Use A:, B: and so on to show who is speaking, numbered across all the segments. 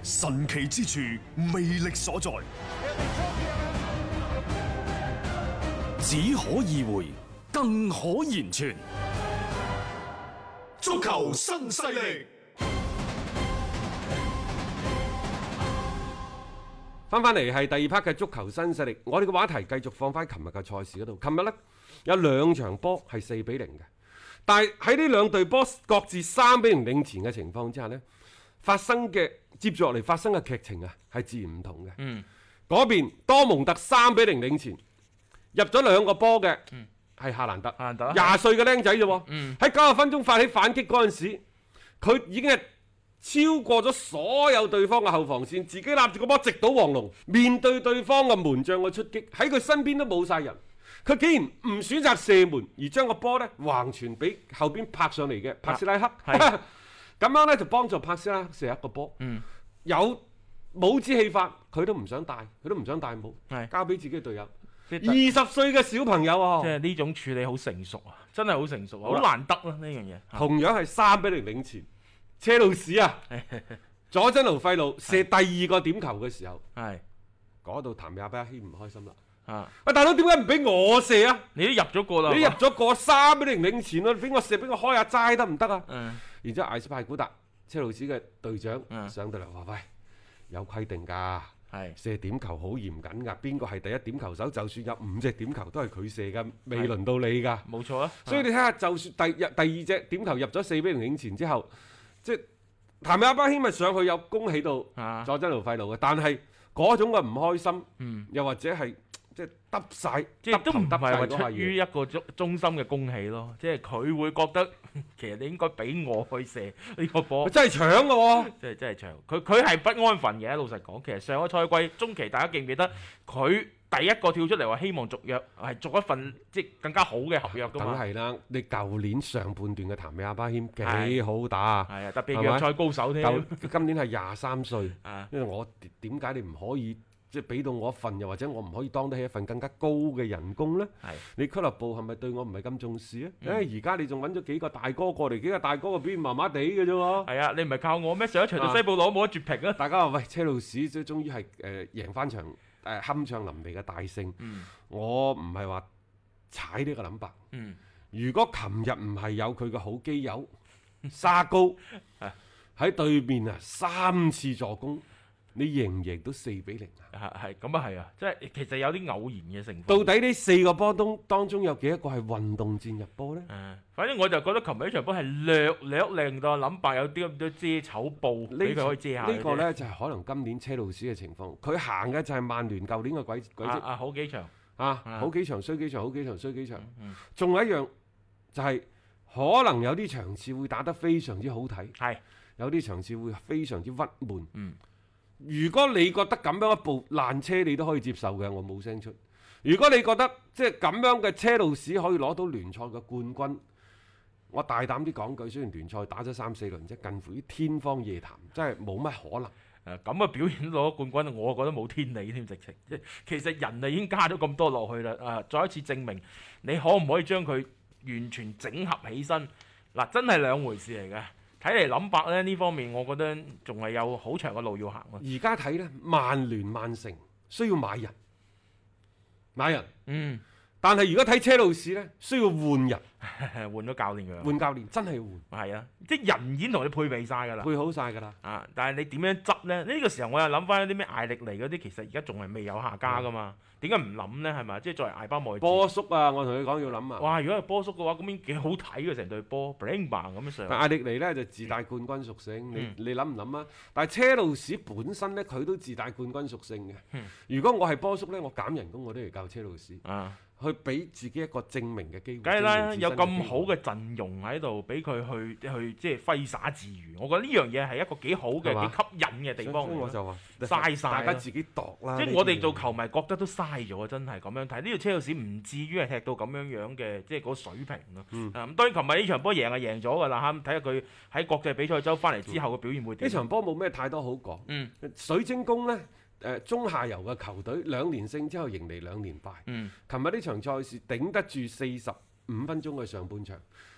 A: 神奇之處，魅力所在，
B: 只可意會，更可言傳。
C: 足球新勢力。
D: 翻翻嚟係第二 part 嘅足球新勢力，我哋嘅話題繼續放翻琴日嘅賽事嗰度。琴日呢，有兩場波係四比零嘅，但係喺呢兩隊波各自三比零領前嘅情況之下呢，發生嘅接住落嚟發生嘅劇情啊係自然唔同嘅。嗯，嗰邊多蒙特三比零領前，入咗兩個波嘅係夏蘭特，
E: 嗯夏蘭特啊嗯
D: 廿歲嘅僆仔啫喎。喺九十分鐘發起反擊嗰陣時，佢已經係。超過咗所有對方嘅後防線，自己立住個波直倒黃龍，面對對方嘅門將嘅出擊，喺佢身邊都冇晒人，佢竟然唔選擇射門，而將個波呢橫傳俾後邊拍上嚟嘅帕斯拉克，
E: 係
D: 咁樣呢就幫助帕斯拉克射一個波。有帽子戲法，佢都唔想戴，佢都唔想戴帽，
E: 係
D: 交俾自己嘅隊友。
E: 即
D: 二十歲嘅小朋友啊，
E: 係呢種處理好成熟啊，真係好成熟啊，
D: 好
E: 好
D: 啦
E: 難得啦呢樣嘢。
D: 同樣係三比零領前，車路士啊，佐真奴費路射第二個點球嘅時候。
E: 係
D: 嗰度譚亞巴希唔開心啦。
E: 啊，
D: 喂，大佬點解唔俾我射啊？
E: 你都入咗個啦，
D: 你入咗個三俾你領前咯，俾我射，俾我開下齋得唔得啊？
E: 嗯
D: 然之後艾斯派古達車路士嘅隊長
E: 嗯
D: 上到嚟話：喂，有規定㗎。
E: 係
D: 射點球好嚴謹㗎，邊個係第一點球手，就算有五隻點球都係佢射㗎，未輪到你㗎。
E: 冇錯啊。
D: 所以你睇下，就算第入第二隻點球入咗四比零領前之後，即係譚亞巴希咪上去有恭喜到
E: 啊
D: 佐真奴費路嘅，但係嗰種嘅唔開心，
E: 嗯
D: 又或者係即係耷晒，
E: 即係都唔
D: 耷頭耷
E: 係話
D: 勢嗰下
E: 出於
D: 嘢。
E: 一個中中心嘅恭喜咯，即係佢會覺得 其實你應該俾我去射呢個啊波
D: 佢，真係搶嘅喎，
E: 即係真係長。佢佢係不安分嘅，老實講。其實上個賽季中期，大家記唔記得佢第一個跳出嚟話希望續約，係續一份即係更加好嘅合約噶
D: 梗
E: 嘛？
D: 係啦！你舊年上半段嘅譚亞巴希幾好打啊，
E: 係啊，特別
D: 係咪
E: 藥賽高手添。
D: 舊今年係廿三歲，
E: 啊，
D: 因為我點解你唔可以即係俾到我一份，又或者我唔可以當得起一份更加高嘅人工呢？
E: 係嗯
D: 你俱樂部係咪對我唔係咁重視啊？誒而家你仲揾咗幾個大哥過嚟，幾個大哥嘅表現麻麻地嘅啫喎。
E: 係啊，你唔係靠我咩？上一場對西布朗冇得絕平啊！
D: 大家話喂，車路士即係終於係誒、呃、贏翻場誒酣暢淋漓嘅大勝。
E: 嗯
D: 我唔係話踩呢個諗法。
E: 嗯，
D: 如果琴日唔係有佢嘅好基友 沙高喺對面啊三次助攻，你贏唔贏到四比零啊？
E: 係係咁啊，係啊，即係其實有啲偶然嘅成分。
D: 到底呢四個波當當中有幾多個係運動戰入波呢？
E: 誒，啊反正我就覺得琴日呢場波係略略令到阿林伯有啲咁多遮醜布俾佢可以遮下嘅啫。
D: 呢個呢，就係、可能今年車路士嘅情況，佢行嘅就係曼聯舊年嘅軌軌
E: 啊
D: 跡
E: 啊好幾場，
D: 啊，
E: 啊
D: 好幾場衰幾場，好幾場衰幾場。
E: 嗯，
D: 仲有一樣就係、可能有啲場次會打得非常之好睇，
E: 係
D: 有啲場次會非常之鬱悶。
E: 嗯
D: 如果你覺得咁樣一部爛車你都可以接受嘅，我冇聲出。如果你覺得即係咁樣嘅車路士可以攞到聯賽嘅冠軍，我大膽啲講句，雖然聯賽打咗三四輪啫，近乎於天方夜譚，真係冇乜可能。
E: 誒啊咁嘅表現攞冠軍，我覺得冇天理添，直情。即係其實人啊已經加咗咁多落去啦，啊再一次證明你可唔可以將佢完全整合起身？嗱、真係兩回事嚟嘅。睇嚟林伯咧呢方面，我覺得仲係有好長嘅路要行啊。
D: 而家睇呢，曼聯、曼城需要買人，買人。
E: 嗯，
D: 但係如果睇車路士呢，需要換人，
E: 啊換咗教練㗎啦，
D: 換教練，真係要換，
E: 係啊，即係人已經同你配備晒㗎啦。
D: 配好晒㗎啦。
E: 啊！但係你點樣執呢？呢、個時候我又諗翻啲咩艾力尼嗰啲，其實而家仲係未有下家噶嘛？點解唔諗呢？係咪？即係作為艾巴莫爾
D: 嗯波叔啊，我同佢講要諗啊。
E: 哇！如果係波叔嘅話，咁已經幾好睇嘅成隊波，bling bang 咁樣上。
D: 但艾力尼呢就自帶冠軍屬性，你
E: 嗯
D: 你諗唔諗啊？但係車路士本身
E: 嗯
D: 呢，佢都自帶冠軍屬性嘅。如果我係波叔呢，我減人工我都嚟教車路士
E: 啊，
D: 去俾自己一個證明嘅機會。
E: 梗係
D: 證
E: 啦，
D: 明自
E: 有
D: 身
E: 咁好
D: 機會
E: 嘅陣容喺度，俾佢去去即係揮灑自如。我覺得呢樣嘢係一個幾好嘅、
D: 係嘛
E: 幾吸引嘅地方
D: 所
E: 嚟
D: 以我
E: 咯。
D: 就話
E: 嘥晒
D: 大家
E: 啦
D: 自己度啦。
E: 即係
D: 呢
E: 我
D: 啲
E: 哋
D: 嘢
E: 做球迷覺得都嘥咗，啊真係咁樣睇。呢條車路士唔至於係踢到咁樣樣嘅，即係嗰個水平咯。
D: 嗯
E: 啊咁、當然琴日呢場波贏係贏咗㗎啦嚇，咁睇下佢喺國際比賽周翻嚟之後嘅表現會點。
D: 呢場波冇咩太多好講。
E: 嗯
D: 水晶宮呢，誒、中下游嘅球隊兩連勝之後迎嚟兩連敗。
E: 嗯
D: 琴日呢場賽事頂得住四十五分鐘嘅上半場，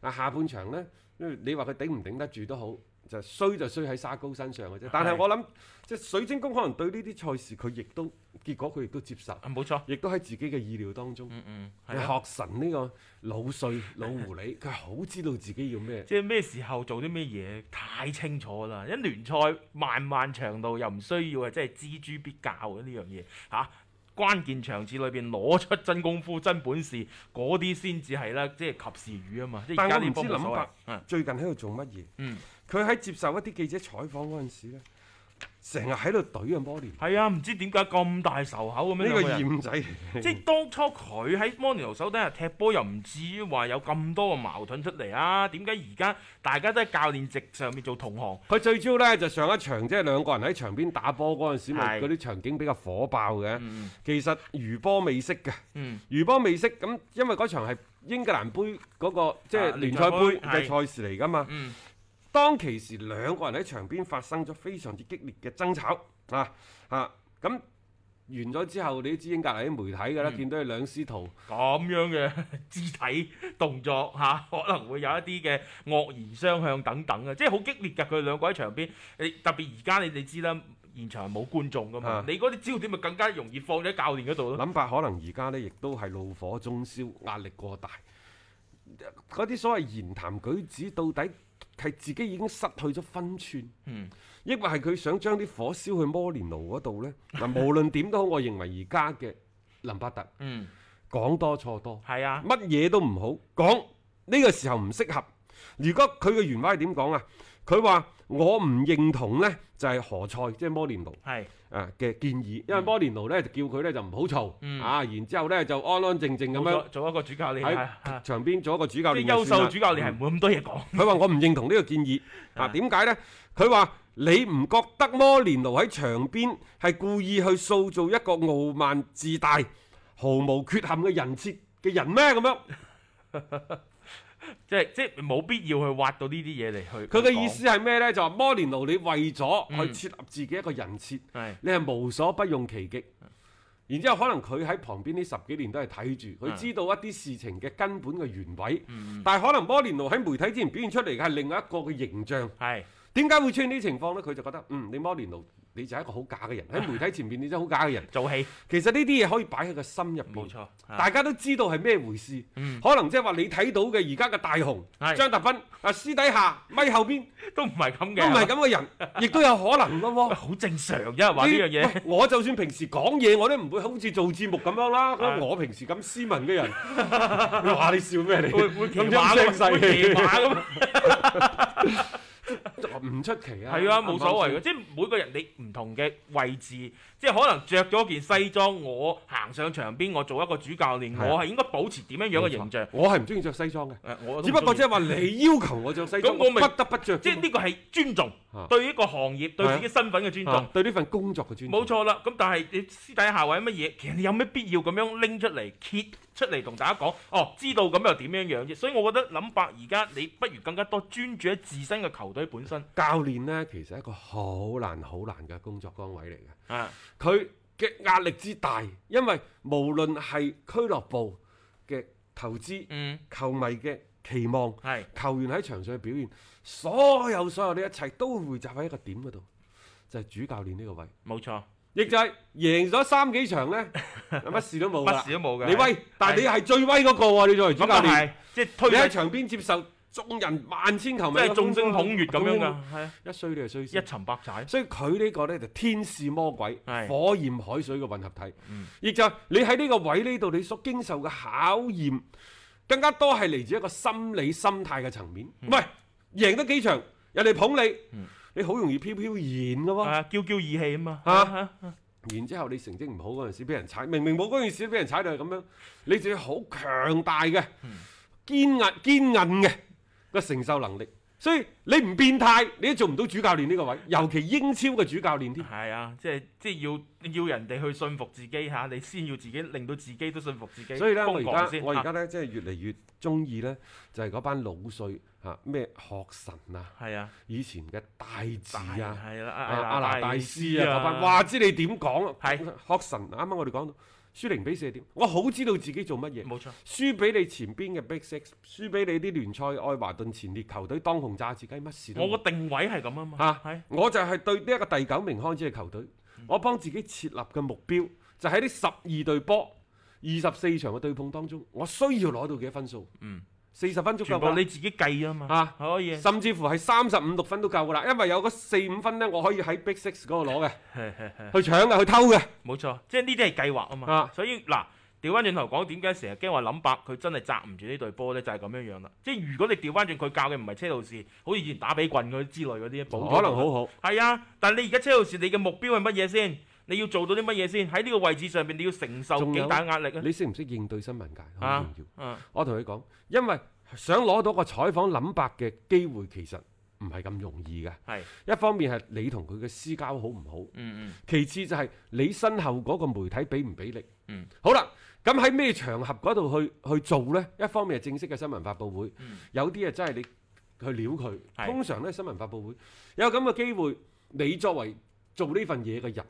D: 啊下半場呢，因為你話佢頂唔頂得住都好，就衰就衰喺沙高身上嘅啫。但係
E: 係
D: 我諗，即係水晶宮可能對呢啲賽事佢亦都結果佢亦都接受，
E: 啊冇錯。
D: 亦都喺自己嘅意料當中。
E: 嗯嗯，係啊。
D: 學神呢個老帥老狐狸，佢好知道自己要咩。
E: 即係咩時候做啲咩嘢太清楚啦！一聯賽漫漫長路又唔需要係真係锱銖必較嘅呢樣嘢嚇。啊關鍵場次裏邊攞出真功夫、真本事，嗰啲先至係啦，即係及時雨啊嘛！即係而
D: 但
E: 家
D: 我
E: 呢
D: 唔知
E: 波冇
D: 諗
E: 所謂
D: 法。
E: 嗯
D: 最近喺度做乜嘢？
E: 嗯，
D: 佢喺接受一啲記者採訪嗰陣時咧，成日喺度懟啊摩連奴，
E: 係啊，唔知點解咁大仇口咁樣
D: 呢
E: 兩個
D: 個
E: 人。
D: 厭仔嚟嘅
E: 即係當初佢喺 m o n i o 手底下踢波，又唔至於話有咁多嘅矛盾出嚟啊！點解而家大家都喺教練席上面做同行？
D: 佢最主要呢，就上一場即係兩個人喺場邊打波嗰陣時，咪
E: 係
D: 嗰啲場景比較火爆嘅。其實餘波未息嘅，
E: 嗯
D: 餘波未息咁，因為嗰場係英格蘭杯嗰、個即係
E: 啊
D: 聯賽杯
E: 聯賽杯
D: 嘅賽事嚟㗎嘛。
E: 嗯
D: 當其時兩個人喺場邊發生咗非常之激烈嘅爭吵啊啊！咁、完咗之後，你都知英格蘭啲媒體㗎啦，見到佢兩師徒。
E: 咁樣嘅 肢體動作嚇、可能會有一啲嘅惡言相向等等啊嘅，即係好激烈㗎。佢兩個喺場邊，你特別而家你哋知啦，現場係冇觀眾噶嘛，
D: 啊
E: 你嗰啲焦點咪更加容易放咗喺教練嗰度咯。
D: 諗法可能而家呢亦都係怒火中燒，壓力過大。嗰啲所謂言談舉止，到底係自己已經失去咗分寸，
E: 嗯，
D: 抑或係佢想將啲火燒去摩連奴嗰度呢？嗱，無論點都好，我認為而家嘅林伯特
E: 嗯，
D: 講多錯多，
E: 係啊，
D: 乜嘢都唔好講。呢、個時候唔適合。如果佢嘅原話係點講啊？佢話我唔認同呢，就係何塞，即係摩連奴。
E: 係，
D: 誒啊嘅建議，因為摩連奴咧就叫佢咧就唔好嘈，
E: 嗯
D: 啊，然之後咧就安安靜靜咁
E: 咁
D: 樣
E: 樣做一個主教練係
D: 喺
E: 啊
D: 場邊做一個主教
E: 即
D: 練
E: 係
D: 就
E: 優
D: 算
E: 秀
D: 啦。
E: 主教練係唔會咁多嘢講。
D: 佢話我唔認同呢個建議，啊
E: 啊
D: 點解呢？佢話你唔覺得摩連奴喺場邊係故意去塑造一個傲慢自大、毫無缺陷嘅人設嘅人咩？咁樣
E: 即係即係冇必要去挖到呢啲嘢嚟去。
D: 佢嘅
E: 去講
D: 意思係咩呢？就話摩連奴你為咗
E: 嗯
D: 去設立自己一個人設。
E: 係
D: 你係無所不用其極。然之後可能佢喺旁邊呢十幾年都係睇住，佢
E: 嗯
D: 知道一啲事情嘅根本嘅原委。但係可能摩連奴喺媒體之前表現出嚟嘅係另外一個嘅形象。
E: 係
D: 點解會出現呢啲情況呢？佢就覺得嗯，你摩連奴你就係一個好假嘅人，
E: 嗯
D: 喺媒體前面你真係好假嘅人。
E: 做戲，
D: 其實呢啲嘢可以擺喺個心入
E: 冇
D: 邊。
E: 錯。
D: 大家都知道係咩回事，
E: 嗯
D: 可能即係話你睇到嘅而家嘅大雄
E: 係
D: 張達斌啊，私底下咪後邊
E: 都唔係咁嘅，
D: 都唔係咁嘅人，亦都有可能㗎喎。
E: 好正常啫，話呢樣嘢。
D: 喂我就算平時講嘢，我都唔會好似做節目咁 樣啦。
E: 係
D: 我平時咁斯文嘅人， 你話你笑咩 你？
E: 會會騎
D: 咁
E: 馬
D: 陰聲
E: 咁，會騎
D: 細
E: 馬咁，
D: 氣，唔出奇啊。
E: 係啊，冇所謂嘅，
D: 嘅。
E: 即係每個人你唔同嘅位置，即係可能着咗件西裝，我行上場邊，我做一個主教練，
D: 係啊
E: 我係應該保持點樣樣嘅形象。
D: 我係唔中意着西裝嘅，
E: 誒，我都唔中意
D: 只不過即係話你要求我着西裝，
E: 咁我咪
D: 不得不着。
E: 即係呢個係尊重
D: 啊，
E: 對呢個行業、對自己身份嘅尊重
D: 啊。對呢份工作嘅尊重。
E: 冇錯啦，咁但係你私底下或者乜嘢，其實你有咩必要咁樣拎出嚟揭出嚟同大家講？哦，知道咁又點樣樣啫？所以我覺得諗白而家你不如更加多專注喺自身嘅球隊本身
D: 教練呢，其實係一個好難好難嘅工作崗位嚟嘅。
E: 啊，
D: 佢嘅壓力之大，因為無論係俱樂部嘅投資、
E: 嗯，
D: 球迷嘅期望。
E: 係
D: 球員喺場上嘅表現，所有所有呢一切都會匯集喺一個點嗰度，就係、主教練呢個位，
E: 冇錯，
D: 亦就係贏咗三幾場呢，乜事都冇
E: 乜
D: 啦
E: 事。都冇嘅。
D: 你威，但係你係最威嗰個喎，你作為主
E: 咁
D: 教
E: 啊
D: 練，
E: 係，即係
D: 你
E: 推
D: 喺
E: 即
D: 場邊接受眾人萬千球迷
E: 係
D: 嘅
E: 眾星
D: 歡呼
E: 捧月咁樣㗎，，係啊
D: 一衰你就衰
E: 一
D: 先。
E: 沉百踩。
D: 所以佢呢個呢，就天使魔鬼
E: 係、
D: 火焰海水嘅混合體，亦、就係你喺呢個位呢度，你所經受嘅考驗，更加多係嚟自一個心理心態嘅層面。喂，贏得幾場，人哋捧你，你好容易飄飄然嘅喎。
E: 啊，嬌嬌義氣啊嘛，
D: 哦啊
E: 啊
D: 然之後你成績唔好嗰陣時，俾人踩，明明冇嗰件事俾人踩到係咁樣，你就要好強大嘅、堅硬堅韌嘅個承受能力。所以你唔變態，你都做唔到主教練呢個位，尤其英超嘅主教練添。
E: 係啊，即係即係要要人哋去信服自己嚇，你先要自己令到自己都信服自己。
D: 所以咧，
E: 瘋
D: 我
E: 狂
D: 而家
E: 先
D: 我而
E: 啊
D: 家咧，即係越嚟越中意咧，就係嗰班老帥嚇咩學神啊，
E: 係啊，
D: 以前嘅大字
E: 大
D: 啊。
E: 係啦，
D: 阿阿拿大師啊嗰班，
E: 哇！
D: 哇！知你點講啊？
E: 係
D: 學神啱啱我哋講到輸零比四點，我好知道自己做乜嘢。
E: 冇錯，
D: 輸俾你前邊嘅 Big Six，輸俾你啲聯賽愛華頓前列球隊當紅炸子雞，乜事都冇
E: 我個定位係咁啊嘛，
D: 嚇
E: 係
D: 我就係對呢一個第九名開始嘅球隊，
E: 嗯
D: 我幫自己設立嘅目標就喺呢十二隊波、二十四場嘅對碰當中，我需要攞到幾多分數？嗯，四十分足夠
E: 全
D: 㗎
E: 部
D: 啦
E: 你自己計啊嘛，
D: 啊
E: 可以
D: 甚至乎係三十五六分都夠噶啦，因為有嗰四五分呢，我可以喺 Big Six 嗰度 攞嘅，去搶啊嘅，去偷嘅。
E: 冇錯，即係呢啲係計劃啊嘛。
D: 啊
E: 所以嗱，調翻轉頭講，點解成日驚話諗白佢真係擲唔住呢隊波咧？就係、咁樣樣啦。即係如果你調翻轉佢教嘅唔係車路士，好似以前打比棍嗰啲之類嗰啲，補咗
D: 哦可能好好。
E: 係啊，但係你而家車路士，你嘅目標係乜嘢先？你要做到啲乜嘢先？喺呢個位置上邊，你要承受
D: 仲有
E: 幾大壓力啊？
D: 你識唔識應對新聞界好
E: 啊
D: 重要？，
E: 嗯
D: 我同佢講，因為想攞到個採訪諗白嘅機會，其實唔係咁容易嘅。
E: 係，
D: 一方面係你同佢嘅私交好唔好，
E: 嗯嗯，
D: 其次就係你身後嗰個媒體俾唔俾力。
E: 嗯，
D: 好啦，咁喺咩場合嗰度去去做呢？一方面係正式嘅新聞發佈會，有啲啊真係你去撩佢。
E: 嗯係
D: 通常呢，新聞發佈會有咁嘅機會，你作為做呢份嘢嘅人，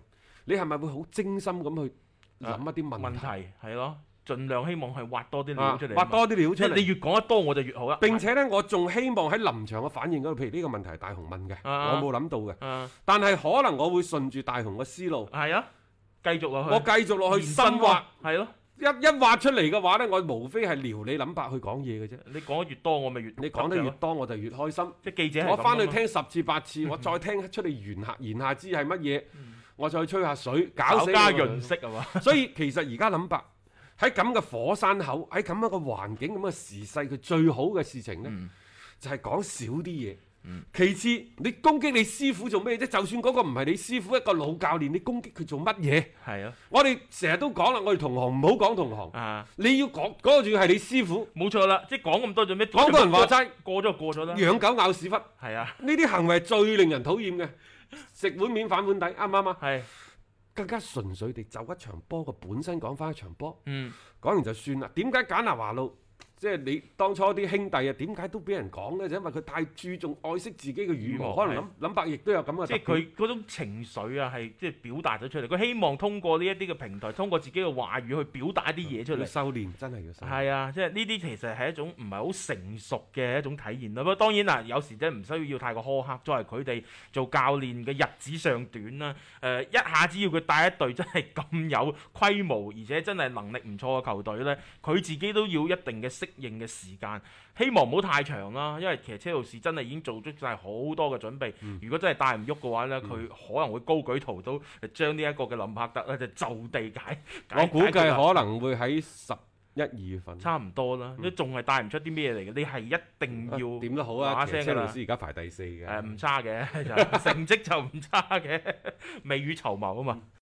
D: 你係咪會好精心咁去諗一啲問
E: 問
D: 題？
E: 題係咯，盡量希望係挖多啲料出嚟啊
D: 挖
E: 嘛，
D: 多啲料出
E: 即係你
D: 嚟。
E: 越講得多我就越好啦。
D: 並且呢，我仲希望喺臨場嘅反應嗰度，譬如呢個問題係大雄問嘅，
E: 啊
D: 我冇諗到嘅。
E: 啊，
D: 但係可能我會順住大雄嘅思路，
E: 係啊，繼續落去，
D: 我繼續落去
E: 延
D: 深
E: 伸
D: 挖。，
E: 係咯。
D: 一一挖出嚟嘅話呢，我無非係撩你諗白去講嘢嘅啫。
E: 你講得越多，我咪越
D: 你講得越
E: 咯
D: 多，我就越開心。
E: 即係記者係咁
D: 我
E: 啊嘛
D: 翻去聽十次 八次，我再聽出你言下言下之意係乜嘢，我再吹下水，搞
E: 嗯搞
D: 死
E: 家
D: 啊你
E: 潤色係嘛？
D: 所以其實而家諗白喺咁嘅火山口，喺咁樣嘅環境、咁嘅時勢，佢最好嘅事情呢，
E: 嗯
D: 就係講少啲嘢。其次，你攻擊你師傅做咩啫？就算嗰個唔係你師傅，一個老教練，你攻擊佢做乜嘢？
E: 係啊，
D: 我哋成日都講啦，我哋同行唔好講同行。
E: 啊
D: 你要講嗰個仲要係你師傅，
E: 冇錯啦，即係講咁多做咩？
D: 講到人話齋
E: 過咗就過咗啦。
D: 養狗咬屎忽，呢
E: 係啊，
D: 啲行為係最令人討厭嘅。食碗面反碗底，啱唔啱啊？
E: 係，
D: 更加純粹地就一場波嘅本身講翻一場波，
E: 嗯，
D: 講完就算啦。點解簡拿華路即係你當初啲兄弟啊？點解都俾人講呢？就因為佢太注重愛惜自己嘅羽毛，
E: 羽毛
D: 可能諗諗白亦都有咁嘅特
E: 即係
D: 點。
E: 佢嗰種情緒啊，係即係表達咗出嚟。佢希望通過呢一啲嘅平台，通過自己嘅話語去表達一啲嘢出
D: 要
E: 嚟。
D: 修練，真係要修練。
E: 係啊，即係呢啲其實係一種唔係好成熟嘅一種體現啦。不過當然啦，有時真係唔需要太過苛刻。作為佢哋做教練嘅日子尚短啦，誒、一下子要佢帶一隊真係咁有規模，而且真係能力唔錯嘅球隊呢，佢自己都要一定嘅適應嘅時間。希望唔好太長啦，因為其實車路士真係已經做足晒好多嘅準備。如果真係帶唔喐嘅話呢，佢可能會高舉屠刀，就將呢一個嘅林柏特呢，就就地解。解
D: 我估
E: 解決啦
D: 計可能會喺十一二月份。
E: 差唔多啦，都仲係帶唔出啲咩嚟嘅，你係一定
D: 嗯啊
E: 要
D: 點都好啊！
E: 嗱嗱
D: 其實
E: 聲
D: 車
E: 㗎
D: 路
E: 啦
D: 士。而家排第四 嘅。
E: 誒唔差嘅，就成績就唔差嘅，未雨綢繆啊嘛。